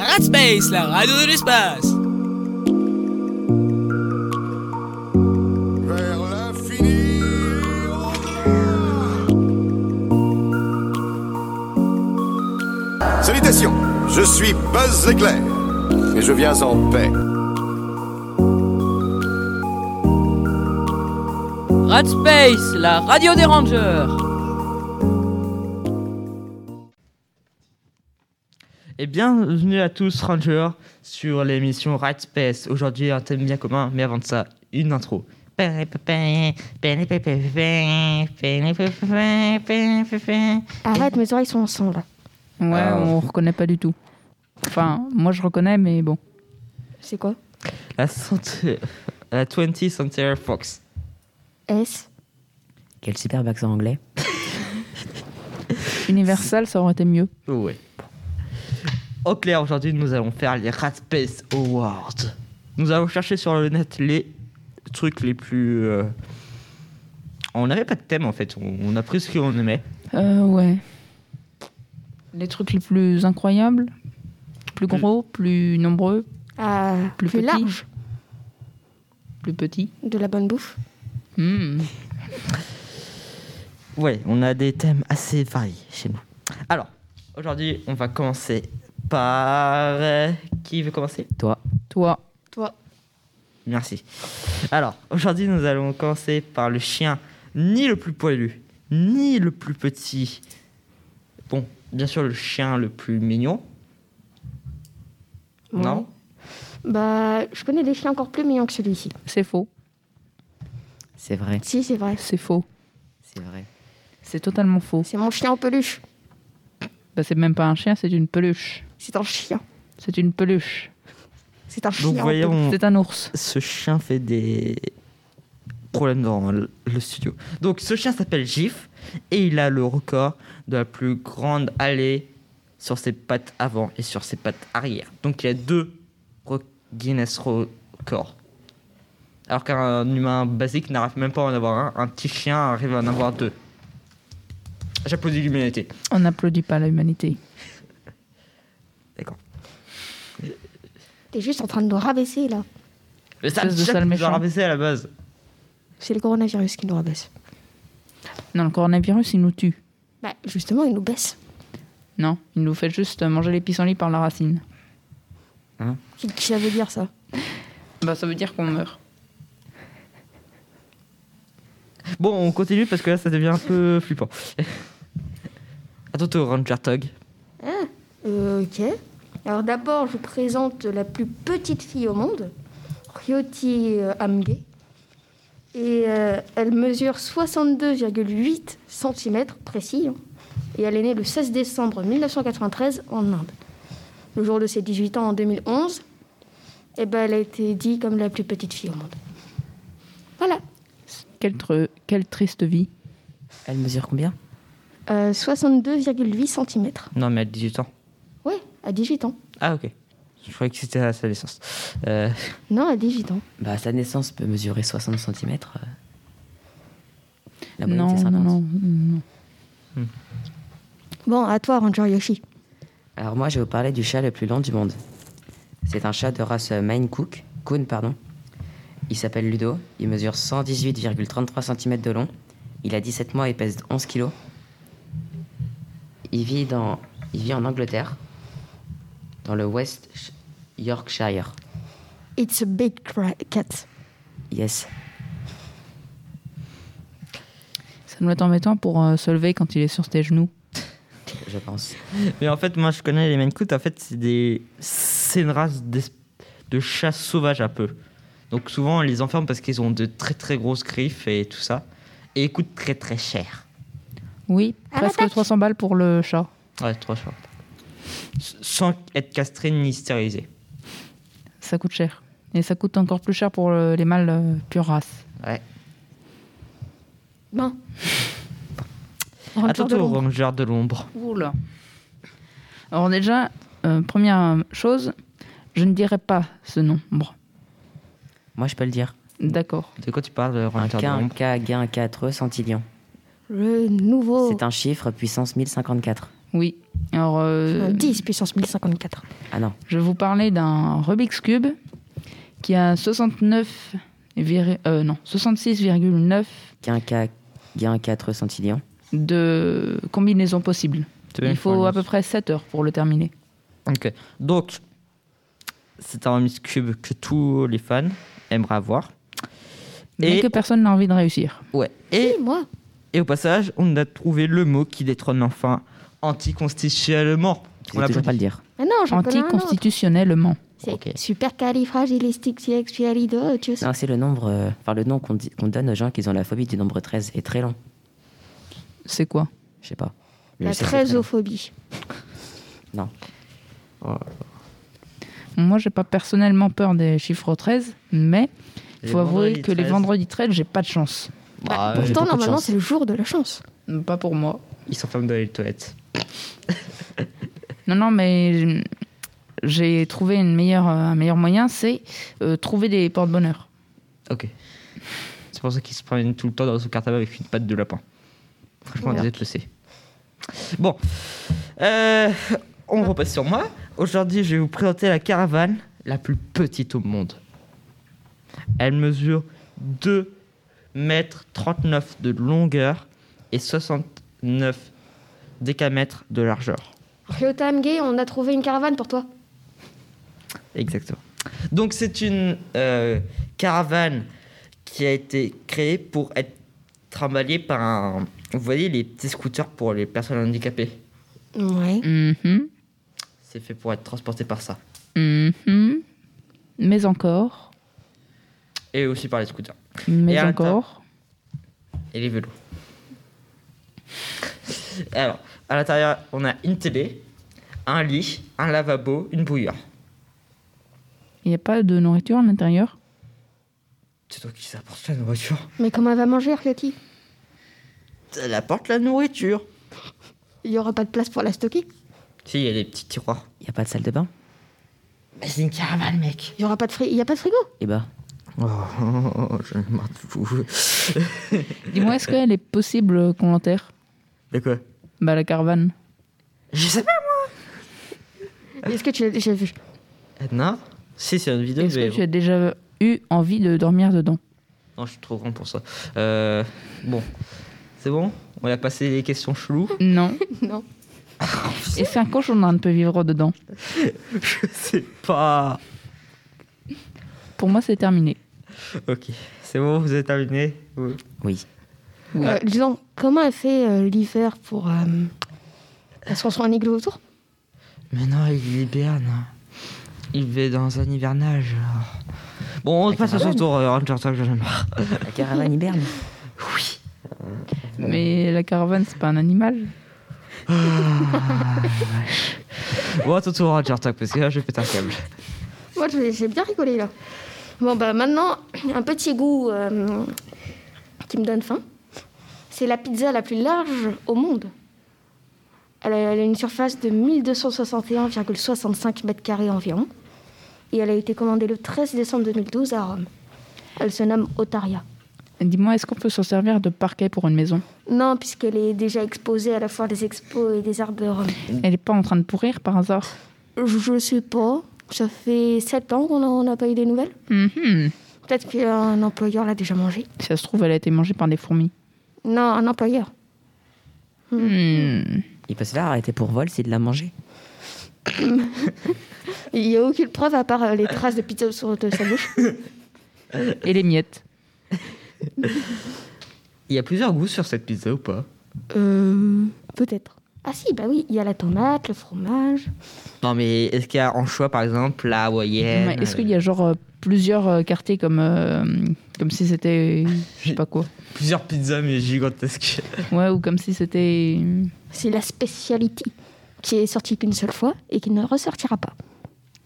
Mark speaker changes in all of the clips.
Speaker 1: Radspace, la radio de l'espace.
Speaker 2: Vers l'infini. Salutations, je suis Buzz Éclair et je viens en paix.
Speaker 3: Radspace, la radio des Rangers.
Speaker 4: Et bienvenue à tous Rangers sur l'émission Right Space. Aujourd'hui un thème bien commun, mais avant de ça, une intro.
Speaker 5: Arrête, mes oreilles sont ensemble.
Speaker 6: Ouais, on reconnaît pas du tout. Enfin, moi je reconnais, mais bon.
Speaker 5: C'est quoi
Speaker 4: La, cent- la 20th Century Fox.
Speaker 5: S
Speaker 7: Quel superbe accent anglais.
Speaker 6: Universal, ça aurait été mieux.
Speaker 4: Ouais. Au clair, aujourd'hui nous allons faire les Rat Space Awards. Nous avons cherché sur le net les trucs les plus... euh, On n'avait pas de thème en fait, on, on a pris ce qu'on aimait.
Speaker 6: Euh, ouais. Les trucs les plus incroyables, plus gros, plus nombreux,
Speaker 5: Ah,
Speaker 6: plus,
Speaker 5: plus
Speaker 6: petits.
Speaker 5: large,
Speaker 6: Plus petits.
Speaker 5: de la bonne bouffe.
Speaker 6: Hmm.
Speaker 4: Ouais, on a des thèmes assez variés chez nous. Alors, aujourd'hui, on va commencer par... euh, Qui veut commencer
Speaker 7: Toi,
Speaker 6: Toi,
Speaker 5: Toi,
Speaker 4: Merci. Alors, aujourd'hui, nous allons commencer par le chien ni le plus poilu, ni le plus petit. Bon, bien sûr, le chien le plus mignon.
Speaker 5: Ouais.
Speaker 4: Non
Speaker 5: bah, je connais des chiens encore plus mignons que celui-ci.
Speaker 6: c'est faux.
Speaker 7: c'est vrai,
Speaker 5: Si, c'est vrai.
Speaker 6: C'est faux.
Speaker 7: c'est vrai.
Speaker 6: C'est totalement faux.
Speaker 5: C'est mon chien en peluche.
Speaker 6: Bah, c'est même pas un chien, c'est une peluche.
Speaker 5: C'est un chien.
Speaker 6: C'est une peluche.
Speaker 5: C'est un chien.
Speaker 4: Donc,
Speaker 5: en peluche.
Speaker 4: voyons,
Speaker 6: C'est un ours.
Speaker 4: ce chien fait des problèmes dans le le studio. Donc, ce chien s'appelle Gif et il a le record de la plus grande allée sur ses pattes avant et sur ses pattes arrière. Donc, il a deux re- Guinness records. Alors qu'un humain basique n'arrive même pas à en avoir un, un petit chien arrive à en avoir deux. J'applaudis l'humanité.
Speaker 6: On n'applaudit pas l'humanité.
Speaker 4: D'accord.
Speaker 5: T'es juste en train de nous rabaisser, là.
Speaker 4: Le sale
Speaker 6: Espèce de
Speaker 4: chien
Speaker 6: sale
Speaker 4: qui nous a
Speaker 6: méchant.
Speaker 4: rabaissés à la base.
Speaker 5: C'est le coronavirus qui nous rabaisse.
Speaker 6: Non, le coronavirus, il nous tue.
Speaker 5: Bah, justement, il nous baisse.
Speaker 6: Non, il nous fait juste manger les pissenlits par la racine.
Speaker 5: Qu'est-ce que ça veut dire, ça
Speaker 6: Bah, ça veut dire qu'on meurt.
Speaker 4: Bon, on continue parce que là, ça devient un peu flippant. Attends, au Ranger Tog.
Speaker 5: Euh, ok. Alors, d'abord, je vous présente la plus petite fille au monde, Ryoti euh, Amge. Et euh, elle mesure 62,8 cm précis. hein. Et elle est née le 16 décembre 1993 en Inde. Le jour de ses 18 ans en 2011, eh ben, elle a été dit comme la plus petite fille au monde. Voilà.
Speaker 6: Quelle, tr- quelle triste vie.
Speaker 7: Elle mesure combien
Speaker 5: Euh, 62,8 cm.
Speaker 4: Non, mais à 18 ans.
Speaker 5: Ouais, à 18 ans.
Speaker 4: Ah, ok. Je croyais que c'était à sa naissance. Euh,
Speaker 5: Non, à 18 ans.
Speaker 7: Bah, sa naissance peut mesurer 60 cm. La moyenne,
Speaker 6: Non,
Speaker 7: c'est
Speaker 6: non,
Speaker 7: 50.
Speaker 6: non, non.
Speaker 5: Bon, à toi, Ranger Yoshi.
Speaker 7: Alors, moi, je vais vous parler du chat le plus lent du monde. C'est un chat de race Maine Cook, Coon, pardon. Il s'appelle Ludo, il mesure 118,33 cm de long, il a 17 mois et pèse 11 kg. Il vit, dans, il vit en Angleterre, dans le West Yorkshire.
Speaker 5: It's a big cra- cat.
Speaker 7: Yes.
Speaker 6: Ça doit être embêtant pour euh, se lever quand il est sur ses genoux.
Speaker 7: je pense.
Speaker 4: mais en fait, moi, je connais les Maine Coon. En fait, c'est des... c'est une race d'es- de chats sauvages un peu. Donc, souvent, on les enferme parce qu'ils ont de très très grosses griffes et tout ça. Et ils coûtent très très cher.
Speaker 6: Oui,
Speaker 5: À
Speaker 6: presque
Speaker 5: l'attaque.
Speaker 6: 300 balles pour le chat.
Speaker 4: Ouais, trop cher. S- Sans être castré ni stérilisé.
Speaker 6: Ça coûte cher. Et ça coûte encore plus cher pour euh, les mâles euh, pure race.
Speaker 4: Ouais.
Speaker 5: Bon.
Speaker 4: Attends, au Ranger de l'ombre.
Speaker 6: Oula. Alors déjà, euh, première chose, je ne dirai pas ce nombre.
Speaker 7: Moi, je peux le dire.
Speaker 6: D'accord.
Speaker 4: De quoi tu parles, le
Speaker 7: Un
Speaker 4: Ranger
Speaker 7: K,
Speaker 4: de
Speaker 7: un
Speaker 4: l'ombre
Speaker 7: K, gain 4, centillion.
Speaker 5: Le nouveau. Oh.
Speaker 7: C'est un chiffre puissance 1054.
Speaker 6: Oui. Alors, euh,
Speaker 5: 10 puissance 1054.
Speaker 7: Ah non,
Speaker 6: je vous parlais d'un Rubik's Cube qui a 69, vir- euh, non, 66,9
Speaker 7: gain, gain 4 centillions.
Speaker 6: de combinaisons possibles. Il faut à peu près 7 heures pour le terminer.
Speaker 4: Ok. Donc, c'est un Rubik's Cube que tous les fans aimeraient avoir.
Speaker 6: Mais
Speaker 4: Et-
Speaker 6: que personne n'a envie de réussir.
Speaker 4: Ouais. Et,
Speaker 5: Si, moi.
Speaker 4: et au passage, on a trouvé le mot qui détrône enfin anticonstitutionnellement.
Speaker 7: Je
Speaker 4: On
Speaker 7: vais
Speaker 4: l'a
Speaker 7: toujours pas le dire.
Speaker 5: Ah non, j'en connais un autre.
Speaker 6: Anticonstitutionnellement.
Speaker 5: C'est
Speaker 4: Ok.
Speaker 5: super califragilistique
Speaker 7: Non, c'est le nombre, euh, enfin le nom qu'on dit- qu'on donne aux gens qui ont la phobie du nombre 13 est très long.
Speaker 6: C'est quoi
Speaker 7: Je sais pas. Je
Speaker 5: La
Speaker 7: sais que c'est très long.
Speaker 5: trésophobie.
Speaker 6: Moi, j'ai pas personnellement peur des chiffres 13, mais il
Speaker 4: Les
Speaker 6: faut avouer
Speaker 4: vendredis
Speaker 6: que les
Speaker 4: 13.
Speaker 6: vendredis 13, j'ai pas de chance.
Speaker 4: Bah, euh,
Speaker 5: Pourtant,
Speaker 7: beaucoup de
Speaker 5: normalement,
Speaker 7: chance.
Speaker 5: c'est le jour de la chance.
Speaker 6: Pas pour moi.
Speaker 4: Ils s'enferment dans les toilettes.
Speaker 6: Non, non, mais j'ai trouvé une meilleure, euh, un meilleur moyen, c'est euh, trouver des porte-bonheur.
Speaker 4: Ok. C'est pour ça qu'ils se promènent tout le temps dans son cartable avec une patte de lapin. Franchement, vous êtes le sait. Bon. Euh, on repasse sur moi. Aujourd'hui, je vais vous présenter la caravane la plus petite au monde. Elle mesure 2 mètres 39 de longueur et 69 décamètres de largeur.
Speaker 5: Ryota Amge, on a trouvé une caravane pour toi.
Speaker 4: Exactement. Donc c'est une euh, caravane qui a été créée pour être trimballée par un... Vous voyez les petits scooters pour les personnes handicapées.
Speaker 5: Ouais.
Speaker 4: Mm-hmm.
Speaker 6: Mhm,
Speaker 4: C'est fait pour être transporté par ça.
Speaker 6: mhm. Mais encore.
Speaker 4: Et aussi par les scooters.
Speaker 6: Mais
Speaker 4: Et à
Speaker 6: encore.
Speaker 4: Et les vélos. Alors, à l'intérieur, on a une télé, un lit, un lavabo, une bouilloire.
Speaker 6: Il n'y a pas de nourriture à l'intérieur.
Speaker 4: C'est toi qui s'apporte la nourriture.
Speaker 5: Mais comment elle va manger, Ryoti
Speaker 4: Elle apporte la nourriture.
Speaker 5: Il n'y aura pas de place pour la stocker.
Speaker 4: Si, il y a des petits tiroirs.
Speaker 7: Il y a pas de salle de bain
Speaker 4: Mais c'est une caravane, mec.
Speaker 5: Il n'y aura pas de frigo. Il y a pas de frigo.
Speaker 7: Eh bah,
Speaker 4: Oh, je me marre de vous.
Speaker 6: Dis-moi, est-ce qu'elle est possible qu'on l'enterre
Speaker 4: De quoi
Speaker 6: Bah, la caravane.
Speaker 4: Je sais pas.
Speaker 7: Euh.
Speaker 5: Est-ce que tu l'as déjà vu
Speaker 4: Non Si, c'est une vidéo.
Speaker 6: Est-ce
Speaker 4: mais
Speaker 6: que tu as déjà eu envie de dormir dedans
Speaker 4: Non, je suis trop grand pour ça. Euh, bon. C'est bon On a passé les questions cheloues
Speaker 6: Non.
Speaker 5: Non.
Speaker 6: Est-ce qu'un cochon ne peut vivre dedans
Speaker 4: Je sais pas.
Speaker 6: Pour moi, c'est terminé.
Speaker 4: Ok. C'est bon, vous êtes terminé Oui.
Speaker 7: oui.
Speaker 5: Euh, Disons, comment elle fait euh, l'hiver pour. euh, Elle se construit un igloo autour
Speaker 4: Mais non, il hiberne. Il vit dans un hivernage. Bon, on passe à son tour, euh, Ranger, toi, que j'en ai marre.
Speaker 7: La caravane hiberne.
Speaker 6: Mais la caravane, c'est pas un animal.
Speaker 4: Bon, à ton tour, Ranger, toi, parce que là, je pète un câble.
Speaker 5: Moi, j'ai j'ai bien rigolé là. Bon, bah maintenant, un petit goût euh, qui me donne faim. C'est la pizza la plus large au monde. Elle a, elle a une surface de 1261,65 mètres carrés environ. Et elle a été commandée le 13 décembre 2012 à Rome. Elle se nomme Otaria.
Speaker 6: Dis-moi, est-ce qu'on peut s'en servir de parquet pour une maison
Speaker 5: Non, puisqu'elle est déjà exposée à la foire des expos et des arts de Rome.
Speaker 6: Elle n'est pas en train de pourrir par hasard
Speaker 5: Je, je sais pas. Ça fait 7 ans qu'on en- on n'a pas eu des nouvelles.
Speaker 6: Mhm.
Speaker 5: Peut-être qu'un employeur l'a déjà mangé.
Speaker 6: Si ça se trouve, elle a été mangée par des fourmis.
Speaker 5: Non, un employeur.
Speaker 6: Hmm.
Speaker 7: Il peut se faire arrêter pour vol s'il l'a mangé.
Speaker 5: Il n'y a aucune preuve à part euh, les traces de pizza sur de sa bouche.
Speaker 6: Et les miettes
Speaker 4: Il y a plusieurs goûts sur cette pizza ou pas
Speaker 5: Euh, peut-être. Ah si, bah oui, il y a la tomate, le fromage.
Speaker 4: Non, mais est-ce qu'il y a en choix, par exemple, la hawaïenne
Speaker 6: Mais Est-ce qu'il y a genre euh, plusieurs euh, quartiers comme, euh, comme si c'était. Je sais pas quoi.
Speaker 4: plusieurs pizzas, mais gigantesques
Speaker 6: Ouais, ou comme si c'était.
Speaker 5: C'est la spécialité qui est sortie qu'une seule fois et qui ne ressortira pas.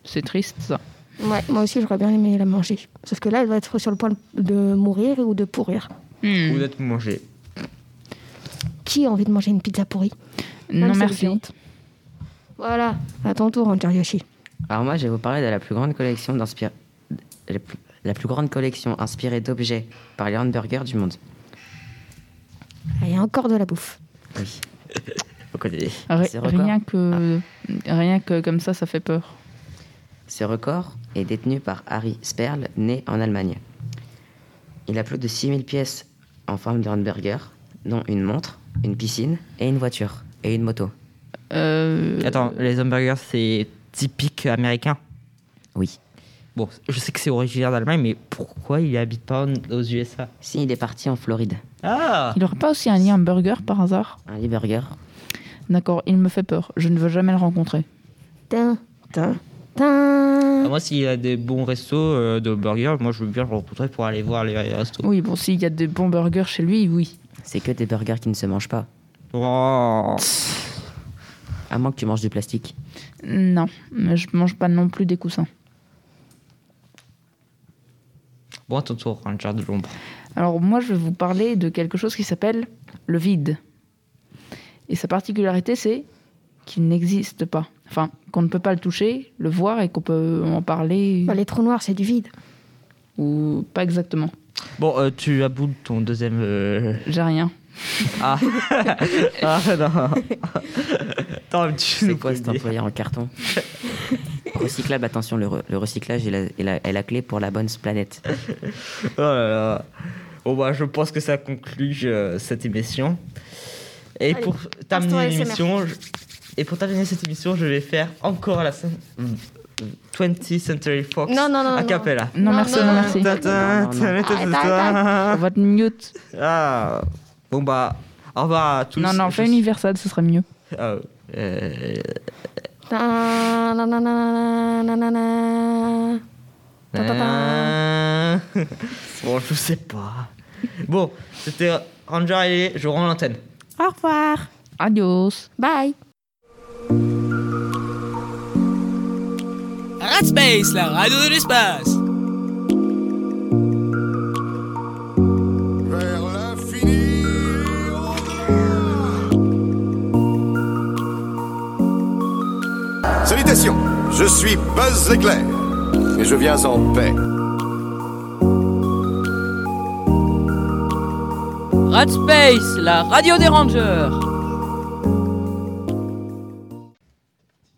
Speaker 6: C'est triste ça.
Speaker 5: Ouais, moi aussi j'aurais bien aimé la manger. Sauf que là, elle va être sur le point de mourir ou de pourrir.
Speaker 6: Hmm.
Speaker 4: Vous êtes mangé.
Speaker 5: Qui a envie de manger une pizza pourrie
Speaker 6: Non,
Speaker 5: Même si
Speaker 6: merci.
Speaker 5: elle est Voilà, à ton tour, Hunter Yoshi.
Speaker 7: Alors moi, je vais vous parler de la plus grande collection d'inspir- la plus- la plus grande collection inspirée d'objets par les hamburgers du monde.
Speaker 5: Il y a encore de la bouffe.
Speaker 7: Oui.
Speaker 4: On connaît.
Speaker 6: Ri-
Speaker 7: C'est record. Ah.
Speaker 6: Rien que, rien que comme ça, ça fait peur.
Speaker 7: Ce record est détenu par Harry Sperl, né en Allemagne. Il a plus de 6000 pièces en forme de hamburger, dont une montre, une piscine et une voiture et une moto.
Speaker 6: Euh,
Speaker 4: Attends, les hamburgers, c'est typique américain.
Speaker 7: Oui.
Speaker 4: Bon, je sais que c'est originaire d'Allemagne, mais pourquoi il habite pas en- aux USA
Speaker 7: Si, il est parti en Floride.
Speaker 4: Ah
Speaker 6: Il n'aurait pas aussi un lien burger par hasard
Speaker 7: Un Lee burger.
Speaker 6: D'accord, il me fait peur. Je ne veux jamais le rencontrer.
Speaker 5: Tin, tin,
Speaker 4: Ah,
Speaker 5: tin.
Speaker 4: Moi, s'il y a des bons restos euh, de burgers, moi, je veux bien le rencontrer pour aller voir les les restos.
Speaker 6: Oui, bon, s'il y a des bons burgers chez lui, oui.
Speaker 7: C'est que des burgers qui ne se mangent pas.
Speaker 4: Oh.
Speaker 7: À moins que tu manges du plastique.
Speaker 6: Non, mais je mange pas non plus des coussins.
Speaker 4: Bon, à ton tour, Ranger de l'ombre.
Speaker 6: Alors moi, je vais vous parler de quelque chose qui s'appelle le vide. Et sa particularité, c'est qu'il n'existe pas. Enfin, qu'on ne peut pas le toucher, le voir et qu'on peut en parler,
Speaker 5: Bah, les trous noirs, c'est du vide.
Speaker 6: ou pas exactement.
Speaker 4: Bon, euh, tu aboules ton deuxième. euh,
Speaker 6: J'ai rien.
Speaker 4: Ah Ah non Attends, mais tu
Speaker 7: C'est
Speaker 4: nous
Speaker 7: quoi
Speaker 4: fais
Speaker 7: cet
Speaker 4: des-
Speaker 7: employeur en carton Recyclable, attention, le, re- le recyclage est la, est la- est la clé pour la bonne planète.
Speaker 4: Oh là là. Bon, bah, je pense que ça conclut euh, cette émission. Et
Speaker 5: Allez,
Speaker 4: pour
Speaker 5: instant
Speaker 4: terminer
Speaker 5: ASMR.
Speaker 4: l'émission, je- et pour terminer cette émission, je vais faire encore la scène 20th Century Fox
Speaker 5: Non, non, non,
Speaker 4: a
Speaker 5: non.
Speaker 4: cappella.
Speaker 6: Non,
Speaker 5: Non,
Speaker 6: merci,
Speaker 5: non,
Speaker 6: non,
Speaker 5: non.
Speaker 6: merci.
Speaker 4: Tintin,
Speaker 7: Non, non, non.
Speaker 4: tintin, tintin,
Speaker 6: On
Speaker 4: tintin.
Speaker 6: va te mute.
Speaker 4: Ah. Bon bah, au revoir à tous.
Speaker 6: Non, non,
Speaker 4: Je
Speaker 6: fais
Speaker 4: suis-
Speaker 6: universal, ce serait mieux.
Speaker 4: Ah, euh,
Speaker 5: Tin, nan, nan, nan, nan, nan, nan.
Speaker 4: Euh, Bon, je sais pas. Bon, c'était Ranger et je rends l'antenne.
Speaker 6: Au revoir. Adios.
Speaker 5: Bye.
Speaker 1: Radspace, la radio de l'espace.
Speaker 2: Vers l'infini. Salutations, je suis Buzz Éclair et je viens en paix.
Speaker 3: Radspace, la radio des rangers.